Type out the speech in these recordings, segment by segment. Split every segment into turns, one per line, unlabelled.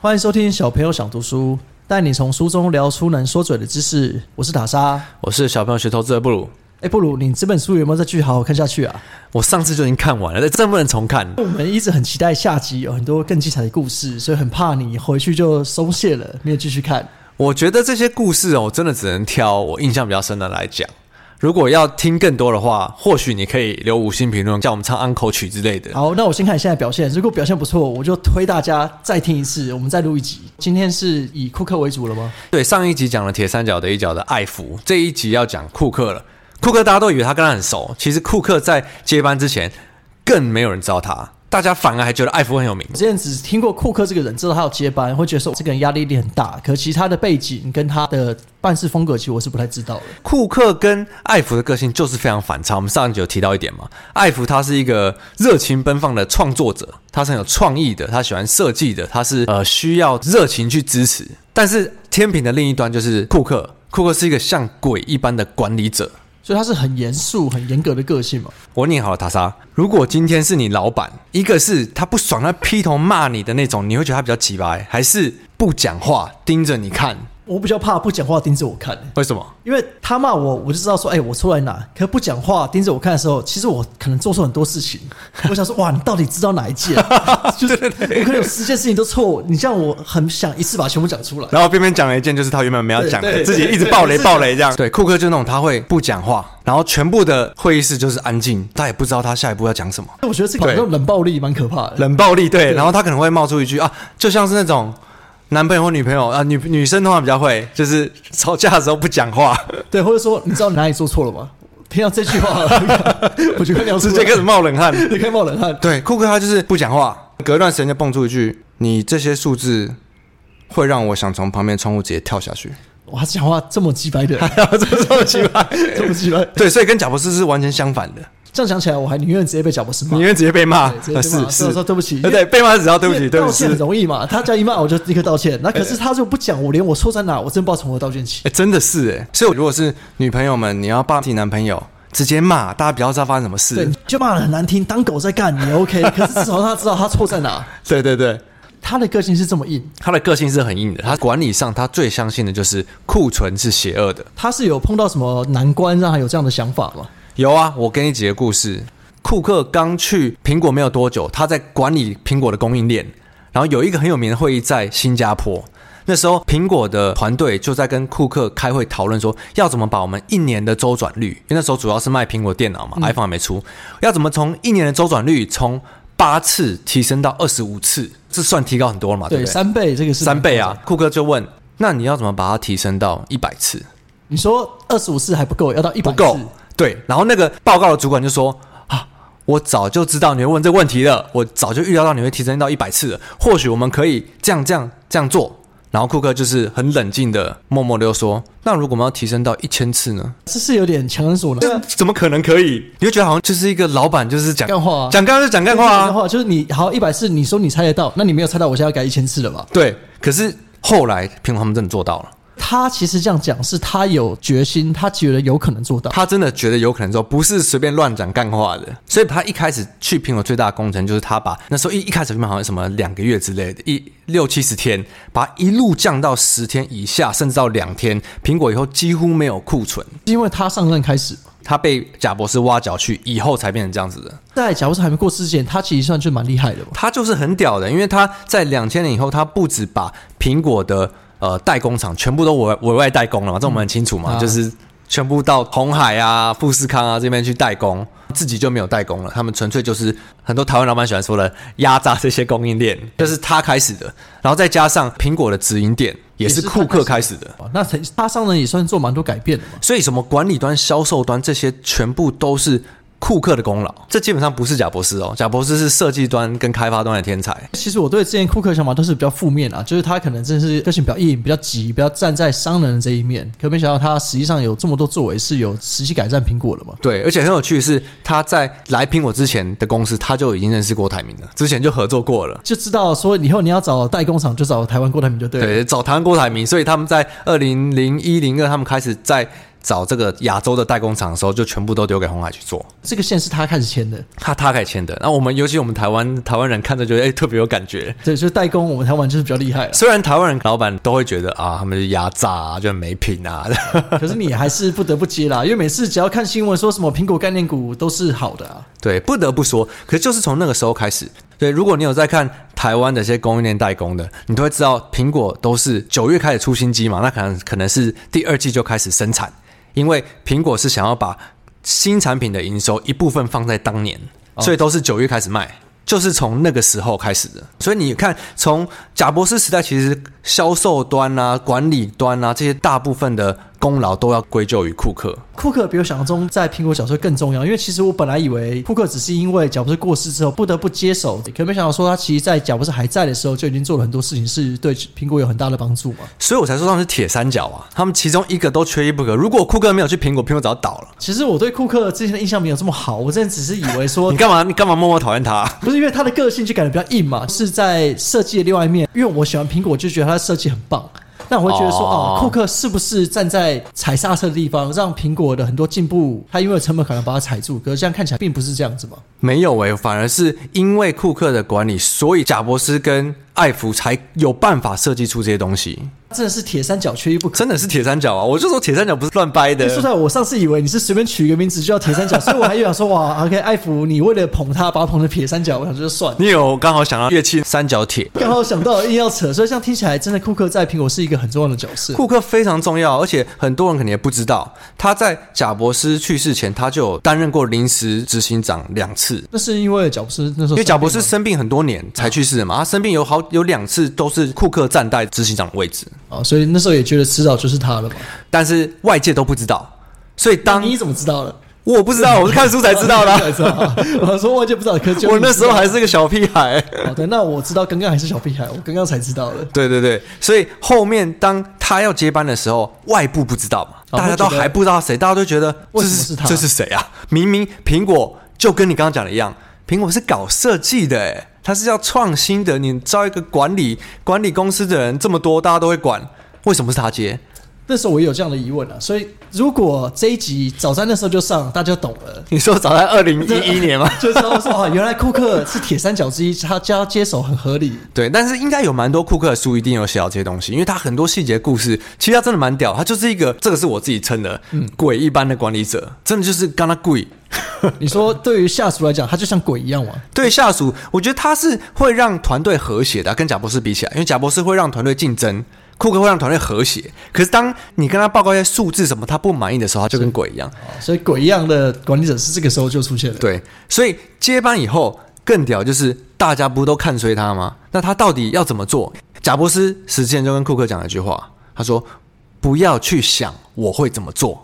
欢迎收听小朋友想读书，带你从书中聊出能说嘴的知识。我是塔莎。
我是小朋友学投资的布鲁，
哎，布鲁，你这本书有没有再继续好好看下去啊？
我上次就已经看完了，但真不能重看。
我们一直很期待下集有很多更精彩的故事，所以很怕你回去就松懈了，没有继续看。
我觉得这些故事哦，我真的只能挑我印象比较深的来讲。如果要听更多的话，或许你可以留五星评论，叫我们唱安口曲之类的。
好，那我先看你现在表现，如果表现不错，我就推大家再听一次，我们再录一集。今天是以库克为主了吗？
对，上一集讲了铁三角的一角的艾弗，这一集要讲库克了。库克大家都以为他跟他很熟，其实库克在接班之前更没有人知道他，大家反而还觉得艾弗很有名
我。之前只听过库克这个人，知道他有接班，会觉得说这个人压力一定很大。可其实他的背景跟他的办事风格，其实我是不太知道的。
库克跟艾弗的个性就是非常反差。我们上一集有提到一点嘛，艾弗他是一个热情奔放的创作者，他是很有创意的，他喜欢设计的，他是呃需要热情去支持。但是天平的另一端就是库克，库克是一个像鬼一般的管理者。
所以他是很严肃、很严格的个性嘛。
我念好了，塔莎。如果今天是你老板，一个是他不爽，他劈头骂你的那种，你会觉得他比较奇葩，还是不讲话盯着你看？
我比较怕不讲话盯着我看，
为什么？
因为他骂我，我就知道说，哎、我错在哪。可不讲话盯着我看的时候，其实我可能做错很多事情。 我想说，哇，你到底知道哪一件、 啊？ 就是我可能有十件事情都错，你这样我很想一次把它全部讲出来。
然后边边讲了一件，就是他原本没有讲
对
的，
对
自己
对
一直
对
爆
对
雷
是
爆雷这样。
对，库克就那种他会不讲话，然后全部的会议室就是安静，他也不知道他下一步要讲什么，
我觉得这个那种冷暴力蛮可怕的。
冷暴力对，然后他可能会冒出一句啊，就像是那种男朋友或女朋友啊，女女生通常比较会，就是吵架的时候不讲话，
对，或者说你知道你哪里做错了吗？听到这句话， 我就快聊出
直
来
接开始冒冷汗。
你开始冒冷汗。
对，库克他就是不讲话，隔段时间就蹦出一句：“你这些数字会让我想从旁边窗户直接跳下去。
哇，他讲话这么鸡掰的，
然后这这么奇怪，
这么鸡掰。
对，所以跟贾博士是完全相反的，
这样想起来，我还宁愿直接被贾博士骂
宁。愿直接被骂，
直接被骂
呃是
对
是，
说对不起
呃对，被骂只要对不
因为
起，对
道
不起
歉很，容易 嘛，他只要一骂我就立刻道歉。那可是他就不讲，我连我错在哪，我真不知道从何道歉起
哎、。真的是哎、所以如果是女朋友们，你要霸气男朋友，直接骂，大家不要知道发生什么事。
对，你就骂的很难听，当狗在干你 OK，可是至少他知道他错在哪。
对对对
他的个性是这么硬，
他的个性是很硬的，他管理上他最相信的就是库存是邪恶的。
他是有碰到什么难关让他有这样的想法吗？
有啊，我给你几个故事。库克刚去苹果没有多久，他在管理苹果的供应链，然后有一个很有名的会议在新加坡。那时候，苹果的团队就在跟库克开会讨论说，要怎么把我们一年的周转率，因为那时候主要是卖苹果电
嗯
脑嘛、i p h o n e 还没出，要怎么从一年的周转率从八次提升到二十五次，这算提高很多了嘛？对
对，
不对？
三倍这个是
三倍啊！！库克就问，那你要怎么把它提升到一百次？
你说二十五次还不够，要到一百
不够。对，然后那个报告的主管就说啊，我早就知道你会问这个问题了，我早就预料到你会提升到一百次了，或许我们可以这样这样这样做。然后库克就是很冷静的，默默的又说：“那如果我们要提升到一千次呢？
这是有点强人所难。
怎么可能可以？
你会觉得好像就是一个老板，就是讲
干话啊
讲干话就讲干话
的
啊。
话就是你好一百次，你说你猜得到，那你没有猜到，我现在要改一千次了吧？
对，可是后来苹果他们真的做到了，
他其实这样讲是他有决心，他觉得有可能做到。
他真的觉得有可能做，不是随便乱讲干话的。所以他一开始去苹果最大的工程就是他把那时候一一开始原本好像什么两个月之类的，一六七十天，把它一路降到十天以下，甚至到两天。苹果以后几乎没有库存，
是因为他上任开始，
他被贾博士挖角去以后才变成这样子的。
在贾博士还没过世之前，他其实算是蛮厉害的吧。
他就是很屌的，因为他在两千年以后，他不止把苹果的呃代工厂全部都委委外代工了嘛，这我们很清楚嘛，
啊
就是全部到红海啊、富士康啊这边去代工，自己就没有代工了。他们纯粹就是很多台湾老板喜欢说的压榨这些供应链，这、是他开始的。然后再加上苹果的直营店也
也
是
是
库克
他开
开始的，
哦那他他上任也算做蛮多改变的嘛。
所以什么管理端、销售端这些全部都是。库克的功劳，这基本上不是贾博士哦，贾博士是设计端跟开发端的天才。
其实我对之前库克的想法都是比较负面啊，就是他可能真是个性比较硬、比较急、比较站在商人的这一面。可没想到他实际上有这么多作为是有实际改善苹果的嘛。
对，而且很有趣的是，他在来苹果之前的公司，他就已经认识郭台铭了，之前就合作过了。
就知道说以后你要找代工厂就找台湾郭台铭就对了。
对，找台湾郭台铭，所以他们在二零零一零二，他们开始在找这个亚洲的代工厂的时候，就全部都丢给红海去做。
这个线是他开始签的，
他他给签的。那我们尤其我们台湾台湾人看着觉得哎、特别有感觉。
对，就是代工，我们台湾就是比较厉害了。
虽然台湾人老板都会觉得啊，他们是压榨啊，就很没品啊，
可是你还是不得不接啦，因为每次只要看新闻说什么苹果概念股都是好的啊，
对，不得不说，可是就是从那个时候开始，对，如果你有在看台湾的一些供应链代工的，你都会知道，苹果都是九月开始出新机嘛，那可能可能是第二季就开始生产，因为苹果是想要把新产品的营收一部分放在当年，所以都是九月开始卖。就是从那个时候开始的，所以你看，从贾博士时代，其实销售端啊、管理端啊这些大部分的功劳都要归咎于库克。
库克比我想象中在苹果角色更重要，因为其实我本来以为库克只是因为贾博士过世之后不得不接手，可没想到说他其实，在贾博士还在的时候就已经做了很多事情，是对苹果有很大的帮助嘛。
所以我才说他们是铁三角啊，他们其中一个都缺一不可。如果库克没有去苹果，苹果早倒了。
其实我对库克之前的印象没有这么好，我之前只是以为说
你干嘛？你干嘛默默讨厌他、
不是因为他的个性就感觉比较硬嘛，是在设计的另外一面。因为我喜欢苹果，就觉得它的设计很棒。那我会觉得说，
哦
哦，库克是不是站在踩刹车的地方，让苹果的很多进步，他因为成本考量把它踩住？可是这样看起来并不是这样子嘛。
没有诶、反而是因为库克的管理，所以贾伯斯跟艾弗才有办法设计出这些东西。
真的是铁三角缺一不可。
真的是铁三角啊！我就说铁三角不是乱掰
说实
的。
在，我上次以为你是随便取一个名字就叫铁 三角，所以我还以为想说哇，OK，艾弗，你为了捧他，把他捧成铁三角，我想就算了。
你有刚好想到乐器三角铁，
刚好想到硬要扯，所以这样听起来，真的库克在苹果是一个很重要的角色。
库克非常重要，而且很多人肯定也不知道，他在贾伯斯去世前，他就有担任过临时执行长两次。
那是因为贾博士那时候生病嘛，啊
因为贾博士生病很多年才去世的嘛，他生病有好有两次都是库克站在执行长的位置，
啊，所以那时候也觉得迟早就是他了嘛。啊
但是外界都不知道，所以当
那你怎么知道的？。
我不知道，我是看书才知道 的
才知道。我说我就不知道，可是就
我那时候还是个小屁孩。
好的，那我知道刚刚还是小屁孩，我刚刚才知道的。
对对对，所以后面当他要接班的时候，外部不知道嘛，
哦
大家都
会觉得
还不知道谁，大家都觉得这
为什么是他
这是谁啊？明明苹果就跟你刚刚讲的一样，苹果是搞设计的、欸，它是要创新的。你招一个管理管理公司的人这么多，大家都会管，为什么是他接？
那时候我也有这样的疑问啊，所以如果这一集早在那时候就上，大家就懂了。
你说早在二零一一年吗？
就知道说啊，原来库克是铁三角之一，他叫他接手很合理。
对，但是应该有蛮多库克的书一定有写到这些东西，因为他很多细节故事，其实他真的蛮屌，他就是一个这个是我自己称的、鬼一般的管理者，真的就是刚他鬼。
你说对于下属来讲，他就像鬼一样嘛？
对下属，我觉得他是会让团队和谐的啊、跟贾博士比起来，因为贾博士会让团队竞争，库克会让团队和谐。可是当你跟他报告一些数字什么他不满意的时候，他就跟鬼一样。
啊所以鬼一样的管理者是这个时候就出现了。
对，所以接班以后更屌，就是大家不都看衰他吗？那他到底要怎么做？贾伯斯实践就跟库克讲了一句话，他说：“不要去想我会怎么做。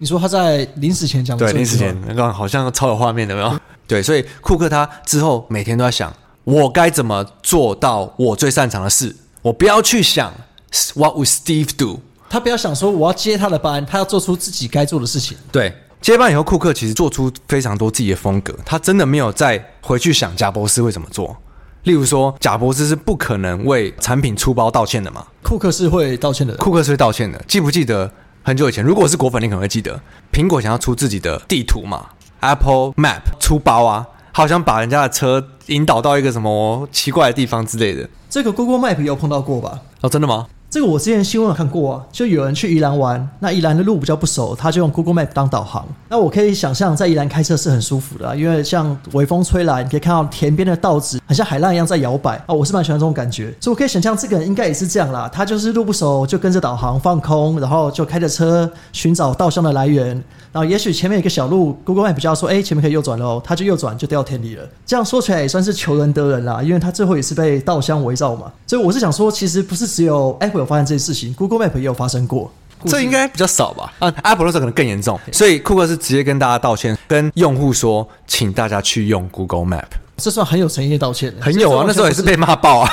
你说他在临死前讲的这
对，
句
临死
话
前那个好像超有画面的，有没有？ 对，所以库克他之后每天都在想，我该怎么做到我最擅长的事？我不要去想 What would Steve do？
他不要想说我要接他的班，他要做出自己该做的事情。
对，接班以后，库克其实做出非常多自己的风格，他真的没有再回去想贾博士会怎么做。例如说，贾博士是不可能为产品出包道歉的嘛，
库克是会道歉的人，
库克是会道歉的。记不记得很久以前？如果是果粉，你可能会记得，苹果想要出自己的地图嘛，Apple Map 出包啊，好像把人家的车引导到一个什么奇怪的地方之类的。
这个 Google Map 有碰到过吧？
哦，真的吗？
这个我之前新闻有看过啊，就有人去宜兰玩，那宜兰的路比较不熟，他就用 Google Map 当导航。那我可以想象，在宜兰开车是很舒服的、啊，因为像微风吹来，你可以看到田边的稻子，很像海浪一样在摇摆啊，我是蛮喜欢这种感觉。所以我可以想象，这个人应该也是这样啦，他就是路不熟，就跟着导航放空，然后就开着车寻找稻香的来源，然后也许前面有一个小路，Google Map 比较说，哎，前面可以右转喽，他就右转就掉田里了。这样说起来也算是求人得人啦，因为他最后也是被稻香围绕嘛。所以我是想说，其实不是只有 Apple 有发生这些事情，Google Map 也有发生过。
这应该比较少吧？啊，Apple 那时候可能更严重，所以库克是直接跟大家道歉，跟用户说，请大家去用 Google Map。
这算很有诚意的道歉了，
很有啊，那时候也是被骂爆啊。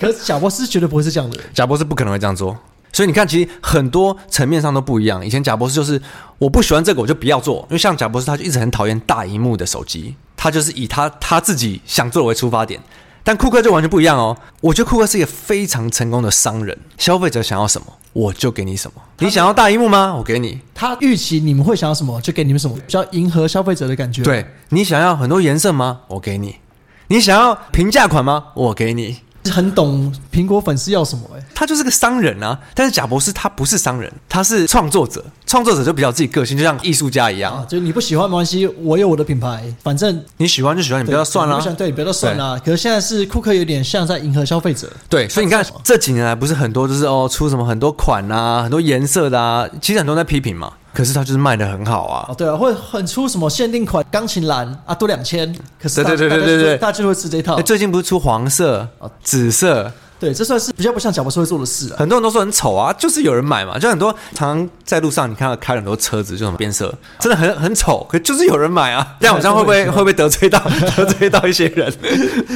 可是贾博士绝对不会是这样的人。
贾博士不可能会这样做，所以你看，其实很多层面上都不一样。以前贾博士就是我不喜欢这个，我就不要做，因为像贾博士他就一直很讨厌大荧幕的手机，他就是以他他自己想做的为出发点。但库克就完全不一样哦。我觉得库克是一个非常成功的商人，消费者想要什么，我就给你什么。你想要大荧幕吗？我给你。
他预期你们会想要什么，就给你们什么，比较迎合消费者的感觉。，
对你想要很多颜色吗？我给你。你想要平价款吗？我给你。
很懂苹果粉丝要什么、欸。
他就是个商人啊，但是贾博士他不是商人，他是创作者。创作者就比较自己个性，就像艺术家一样
啊，，就是你不喜欢没关系，我有我的品牌，反正
你喜欢就喜欢，你不要算啊
了，
了、
不想对，不要算了。可是现在是库克有点像在迎合消费者，
对，所以你看这几年来不是很多就是哦出什么很多款啊，很多颜色的啊，其实很多人在批评嘛，可是他就是卖的很好啊。
哦，对啊，会很出什么限定款钢琴蓝啊，多两千，可是
对
大
对对
大家
对对
就
对
大家就会吃这一套
哎，最近不是出黄色、
哦
紫色，
对，这算是比较不像贾博士会做的事啊。
很多人都说很丑啊，就是有人买嘛，就很多常常在路上你看到开很多车子，就什么变色，真的很很丑，可就是有人 买啊。但我这样会不会会不会得罪到 得罪到一些人？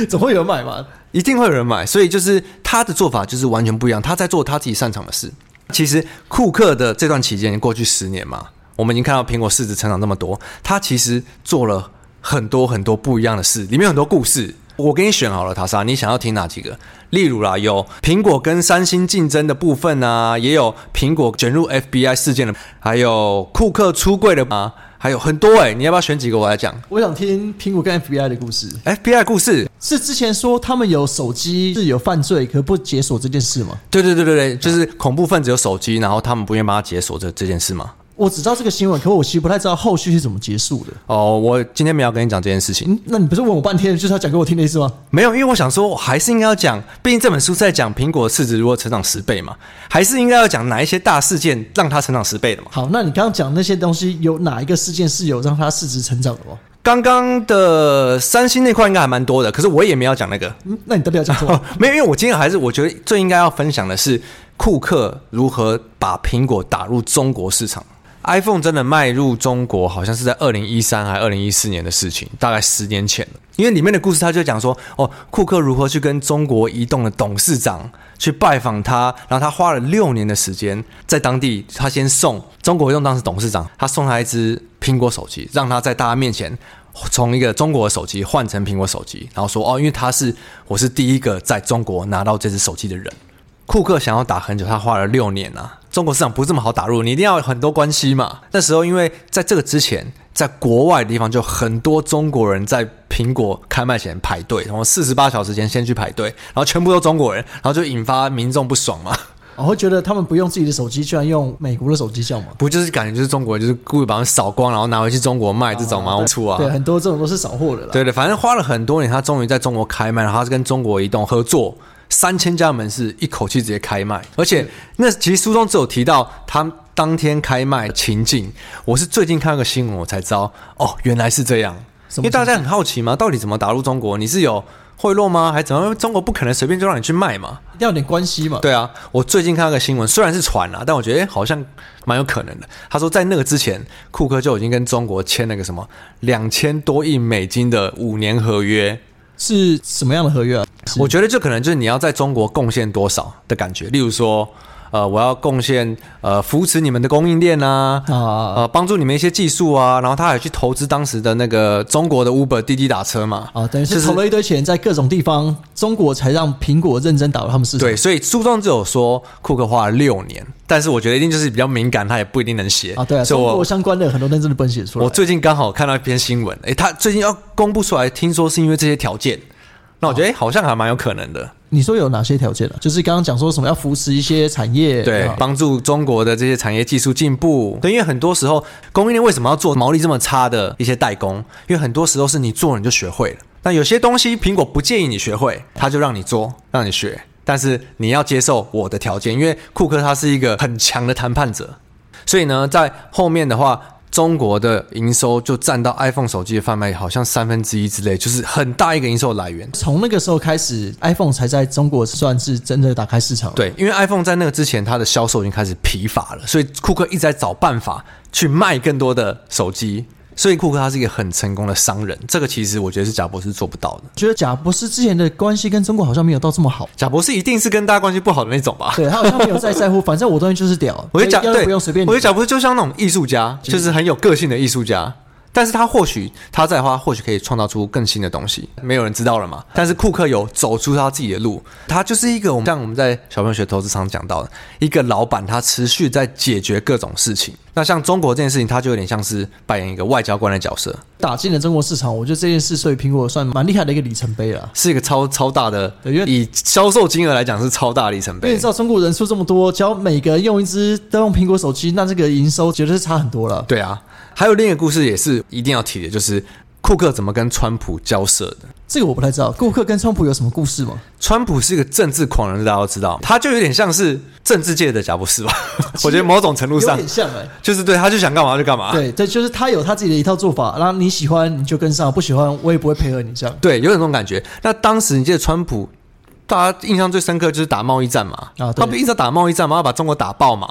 总会有人买嘛？
一定会有人买，所以就是他的做法就是完全不一样，他在做他自己擅长的事。其实库克的这段期间，过去十年嘛，我们已经看到苹果市值成长这么多，他其实做了很多很多不一样的事，里面有很多故事。我给你选好了，塔莎，你想要听哪几个？例如啦，有苹果跟三星竞争的部分啊，也有苹果卷入 FBI 事件的，还有库克出柜的啊，还有很多哎、你要不要选几个我来讲
我想听苹果跟 FBI 的故事，
？FBI 故事，
是之前说他们有手机是有犯罪，可不解锁这件事吗？
对对对对对，就是恐怖分子有手机，然后他们不愿意帮他解锁这这件事嘛。
我只知道这个新闻，可我其实不太知道后续是怎么结束的。
哦，我今天没有跟你讲这件事情，
嗯，那你不是问我半天，就是要讲给我听的意思吗？
没有，因为我想说，我还是应该要讲，毕竟这本书是在讲苹果市值如何成长十倍嘛，还是应该要讲哪一些大事件让它成长十倍的嘛。
好，那你刚刚讲那些东西，有哪一个事件是有让它市值成长的吗？
刚刚的三星那块应该还蛮多的，可是我也没有讲那个，
嗯，那你到底要讲什
哦
么？
没有，因为我今天还是我觉得最应该要分享的是库克如何把苹果打入中国市场。iPhone 真的迈入中国，好像是在二零一三还二零一四年的事情，大概十年前了。因为里面的故事，他就讲说，哦，库克如何去跟中国移动的董事长去拜访他，然后他花了六年的时间在当地，他先送中国移动当时董事长，他送他一只苹果手机，让他在大家面前从一个中国的手机换成苹果手机，然后说哦，因为他是我是第一个在中国拿到这只手机的人。库克想要打很久，他花了六年啊。中国市场不是这么好打入，你一定要有很多关系嘛。那时候因为在这个之前，在国外的地方就很多中国人在苹果开卖前排队，然后四十八小时前先去排队，然后全部都中国人，然后就引发民众不爽嘛。
我哦会觉得他们不用自己的手机，居然用美国的手机叫吗？
不就是感觉就是中国人就是故意把它扫光，然后拿回去中国卖这种嘛，出啊。
对，很多这种都是扫货的啦。
对对，反正花了很多年，他终于在中国开卖，然后他是跟中国移动合作，三千家门市一口气直接开卖，
嗯
而且那其实书中只有提到他当天开卖的情境，我是最近看到个新闻我才知道，哦，原来是这样，
什
因
么
为大家很好奇嘛，到底怎么打入中国？你是有贿赂吗？还是怎么样？中国不可能随便就让你去卖嘛。
一定要有点关系嘛。
对啊，我最近看到个新闻，虽然是传啊，但我觉得、诶好像蛮有可能的。他说，在那个之前，库克就已经跟中国签了个什么两千多亿美金的五年合约。
是什么样的合约啊？
我觉得这可能就是你要在中国贡献多少的感觉。例如说，呃，我要贡献呃扶持你们的供应链啊，
啊
呃帮助你们一些技术啊，然后他还去投资当时的那个中国的 Uber 滴滴打车嘛。
啊，等于
就是是
投了一堆钱在各种地方，中国才让苹果认真打入他们市场。
对，所以书中只有说库克花了六年，但是我觉得一定就是比较敏感，他也不一定能写
啊，对啊，
所以
中
我
国相关的很多认真的不能写出来。
我最近刚好看到一篇新闻，诶，他最近要公布出来，听说是因为这些条件。那我觉得、诶好像还蛮有可能的，
你说有哪些条件啊？就是刚刚讲说什么要扶持一些产业，
对
啊，
帮助中国的这些产业技术进步。对，因为很多时候供应链为什么要做毛利这么差的一些代工？因为很多时候是你做了你就学会了。那有些东西苹果不建议你学会，他就让你做，让你学，但是你要接受我的条件，因为库克他是一个很强的谈判者，所以呢，在后面的话，中国的营收就占到 iPhone 手机的贩卖好像三分之一之类，就是很大一个营收来源。
从那个时候开始，iPhone 才在中国算是真的打开市场。，
对，因为 iPhone 在那个之前，它的销售已经开始疲乏了，所以库克一直在找办法去卖更多的手机。所以库克他是一个很成功的商人，这个其实我觉得是贾博士做不到的。
觉得贾博士之前的关系跟中国好像没有到这么好。
贾博士一定是跟大家关系不好的那种吧？
对他好像没有在在乎， 反正我东西就是屌，
我觉得贾
要
对，
不用随便你。
我觉得贾博士就像那种艺术家，就是很有个性的艺术家。但是他或许他在的话，或许可以创造出更新的东西，没有人知道了嘛。但是库克有走出他自己的路，他就是一个我们像我们在小朋友学投资常讲到的一个老板，他持续在解决各种事情。那像中国这件事情，他就有点像是扮演一个外交官的角色，
打进了中国市场，我觉得这件事对苹果算蛮厉害的一个里程碑了。
是一个超超大的，
对因为
以销售金额来讲是超大的里程
因为
碑
你知。道中国人数这么多，只要每个人用一只都用苹果手机，那这个营收绝对是差很多了。
对啊，还有另一个故事也是一定要提的，就是库克怎么跟川普交涉的。
这个我不太知道，顾客跟川普有什么故事吗？
川普是一个政治狂人，大家都知道，他就有点像是政治界的贾布斯吧。我觉得某种程度
有
上啊
点像哎、
就是对，他就想干嘛就干嘛。
对，这就是他有他自己的一套做法，然后你喜欢你就跟上，不喜欢我也不会配合你这样
对，有点那种感觉。那当时你记得川普，大家印象最深刻就是打贸易战嘛，
啊对
他不一直在打贸易战嘛，要把中国打爆嘛。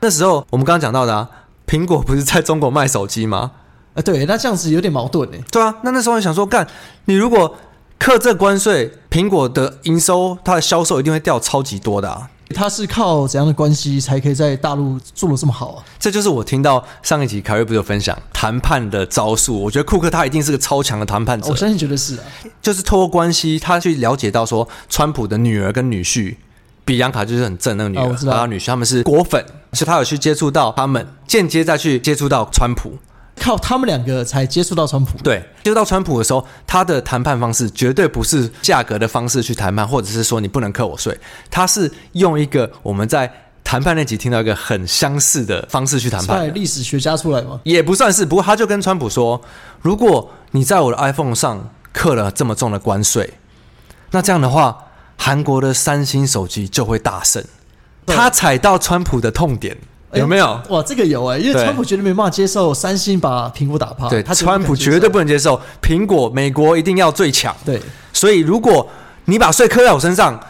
那时候我们刚刚讲到的啊，苹果不是在中国卖手机吗？
啊。对，那这样子有点矛盾哎、
对啊，那那时候你想说，干你如果课这关税，苹果的营收它的销售一定会掉超级多的、啊。
他是靠怎样的关系才可以在大陆做的这么好啊？
这就是我听到上一集凯瑞不是有分享谈判的招数，我觉得库克他一定是个超强的谈判者
我，相信绝对是啊。
就是透过关系他去了解到说，川普的女儿跟女婿，比杨卡就是很正那个女儿，
啊我知道
还有女婿他们是果粉，所以他有去接触到他们，间接再去接触到川普。
靠他们两个才接触到川普。
对，接触到川普的时候，他的谈判方式绝对不是价格的方式去谈判，或者是说你不能扣我税，他是用一个我们在谈判那集听到一个很相似的方式去谈判
派。历史学家出来嘛？
也不算是，不过他就跟川普说，如果你在我的 iPhone 上刻了这么重的关税，那这样的话，韩国的三星手机就会大胜。
对
他踩到川普的痛点，
哎
有没有？
哇，这个有哎、因为
对
川普绝对没办法接受三星把苹果打趴，
对，
他
川普绝对不能接受，苹果美国一定要最强。
对。
所以如果你把税刻在我身上，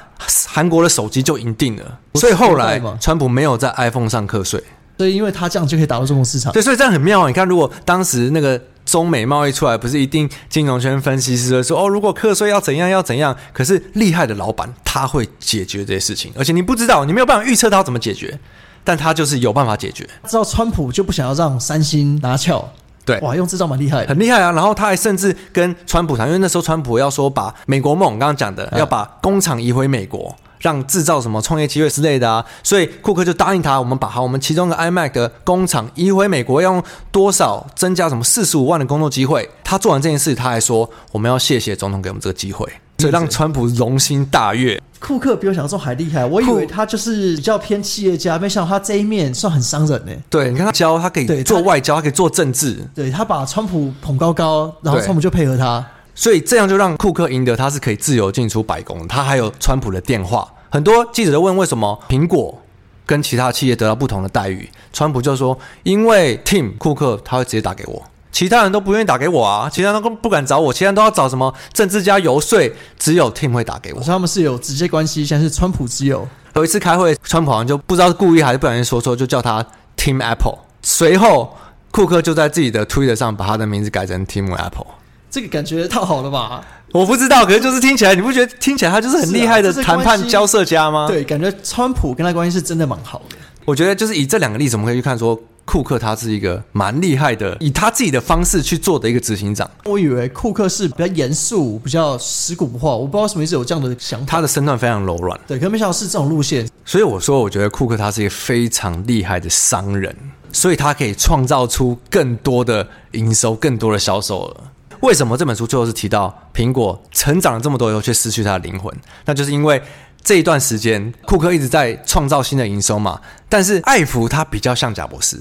韩国的手机就赢定了。
不是
所以后来
不对吧
川普没有在 iPhone 上课税。
所以因为他这样就可以打入中国市场。
对，所以这样很妙啊！你看，如果当时那个中美贸易出来，不是一定金融圈分析师会说哦，如果课税要怎样要怎样，可是厉害的老板他会解决这些事情，而且你不知道，你没有办法预测他要怎么解决，但他就是有办法解决，
知道川普就不想要让三星拿翘，
对
哇，用这招蛮厉害的。
很厉害啊！然后他还甚至跟川普谈，因为那时候川普要说把美国梦，刚刚讲的
嗯
要把工厂移回美国。让制造什么创业机会之类的啊，所以库克就答应他，我们把好我们其中一个 iMac 的工厂移回美国，要用多少增加什么四十五万的工作机会。他做完这件事，他还说我们要谢谢总统给我们这个机会，所以让川普龙心大悦。
库克比我想象中还厉害，我以为他就是比较偏企业家，没想到他这一面算很伤人呢、
对，你看他教，他可
对
以
他
做外交，他可以做政治，
对他把川普捧高高，然后
对
川普就配合他，
所以这样就让库克赢得他是可以自由进出白宫的，他还有川普的电话。很多记者都问为什么苹果跟其他企业得到不同的待遇，川普就说因为 Tim 库克他会直接打给我，其他人都不愿意打给我啊，其他人都不敢找我，其他人都要找什么政治家游说，只有 Tim 会打给我
所以。他们是有直接关系，像是川普之友。
有一次开会，川普好像就不知道是故意还是不小心说错，就叫他 Tim Apple。随后库克就在自己的 Twitter 上把他的名字改成 Tim Apple。
这个感觉太好了吧？
我不知道，可是就是听起来，你不觉得听起来他就是很厉害的
是啊这是
谈
关
判
系
交涉家吗？，
对，感觉川普跟他关系是真的蛮好的。
我觉得就是以这两个例子，我们可以去看说，库克他是一个蛮厉害的，以他自己的方式去做的一个执行长，
我以为库克是比较严肃、比较食古不化，我不知道为什么一直有这样的想法。
他的身段非常柔软，
对，可没想到是这种路线。
所以我说，我觉得库克他是一个非常厉害的商人，所以他可以创造出更多的营收、更多的销售额。为什么这本书最后是提到苹果成长了这么多以后，却失去它的灵魂？那就是因为这一段时间，库克一直在创造新的营收嘛。但是艾弗他比较像贾博士，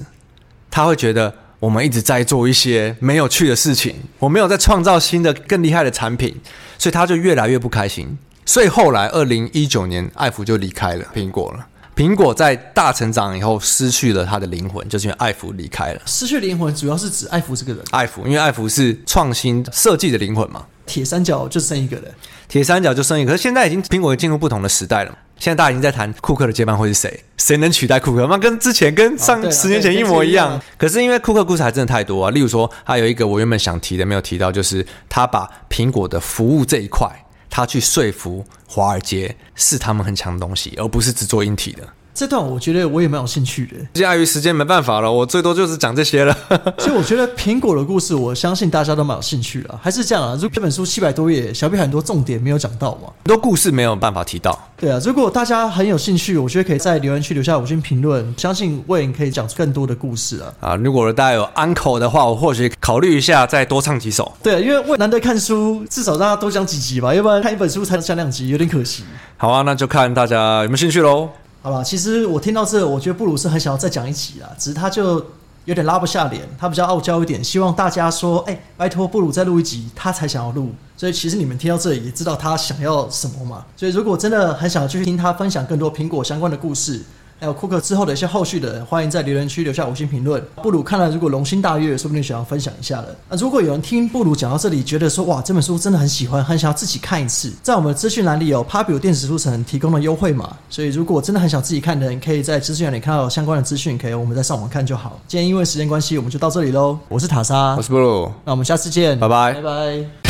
他会觉得我们一直在做一些没有趣的事情，我没有在创造新的更厉害的产品，所以他就越来越不开心。所以后来，二零一九年，艾弗就离开了苹果了。苹果在大成长以后失去了他的灵魂，就是因为艾弗离开了。
失去灵魂主要是指艾弗这个人，
艾弗，因为艾弗是创新设计的灵魂嘛，
铁三角就剩一个人。
铁三角就剩一个。可是现在已经苹果进入不同的时代了嘛，现在大家已经在谈库克的接班会是谁，谁能取代库克？那跟之前跟
啊
上
对啊
十年前
对
一模一样。
跟之前一样
可是因为库克故事还真的太多啊，例如说，还有一个我原本想提的没有提到，就是他把苹果的服务这一块，他去说服华尔街是他们很强的东西，而不是只做硬体的。
这段我觉得我也蛮有兴趣的，
这碍于时间没办法了，我最多就是讲这些了。
所以我觉得苹果的故事，我相信大家都蛮有兴趣的啊。还是这样啊，就这本书七百多页，小编很多重点没有讲到嘛。
很多故事没有办法提到，
对啊，如果大家很有兴趣，我觉得可以在留言区留下五星评论，相信魏颖可以讲出更多的故事啊。
啊，如果大家有 uncle 的话，我或许考虑一下再多唱几首。
对啊，因为魏难得看书，至少让他多讲几集吧，要不然看一本书才讲两集，有点可惜。
好啊，那就看大家有没有兴趣喽。
好吧，其实我听到这，我觉得布鲁斯很想要再讲一集啦，只是他就有点拉不下脸，他比较傲娇一点，希望大家说，哎、拜托布鲁再录一集，他才想要录。所以其实你们听到这里也知道他想要什么嘛。所以如果真的很想要继续听他分享更多苹果相关的故事，还有库克之后的一些后续的，欢迎在留言区留下五星评论。布鲁看了如果龙心大悦，说不定想要分享一下了。那如果有人听布鲁讲到这里，觉得说哇这本书真的很喜欢，很想要自己看一次，在我们资讯栏里有 Pabio 电子书城提供的优惠码，所以如果真的很想自己看的人，可以在资讯栏里看到相关的资讯，可以我们再上网看就好。今天因为时间关系，我们就到这里喽。我是塔莎
我，是布鲁，
那我们下次见，
拜拜
拜拜。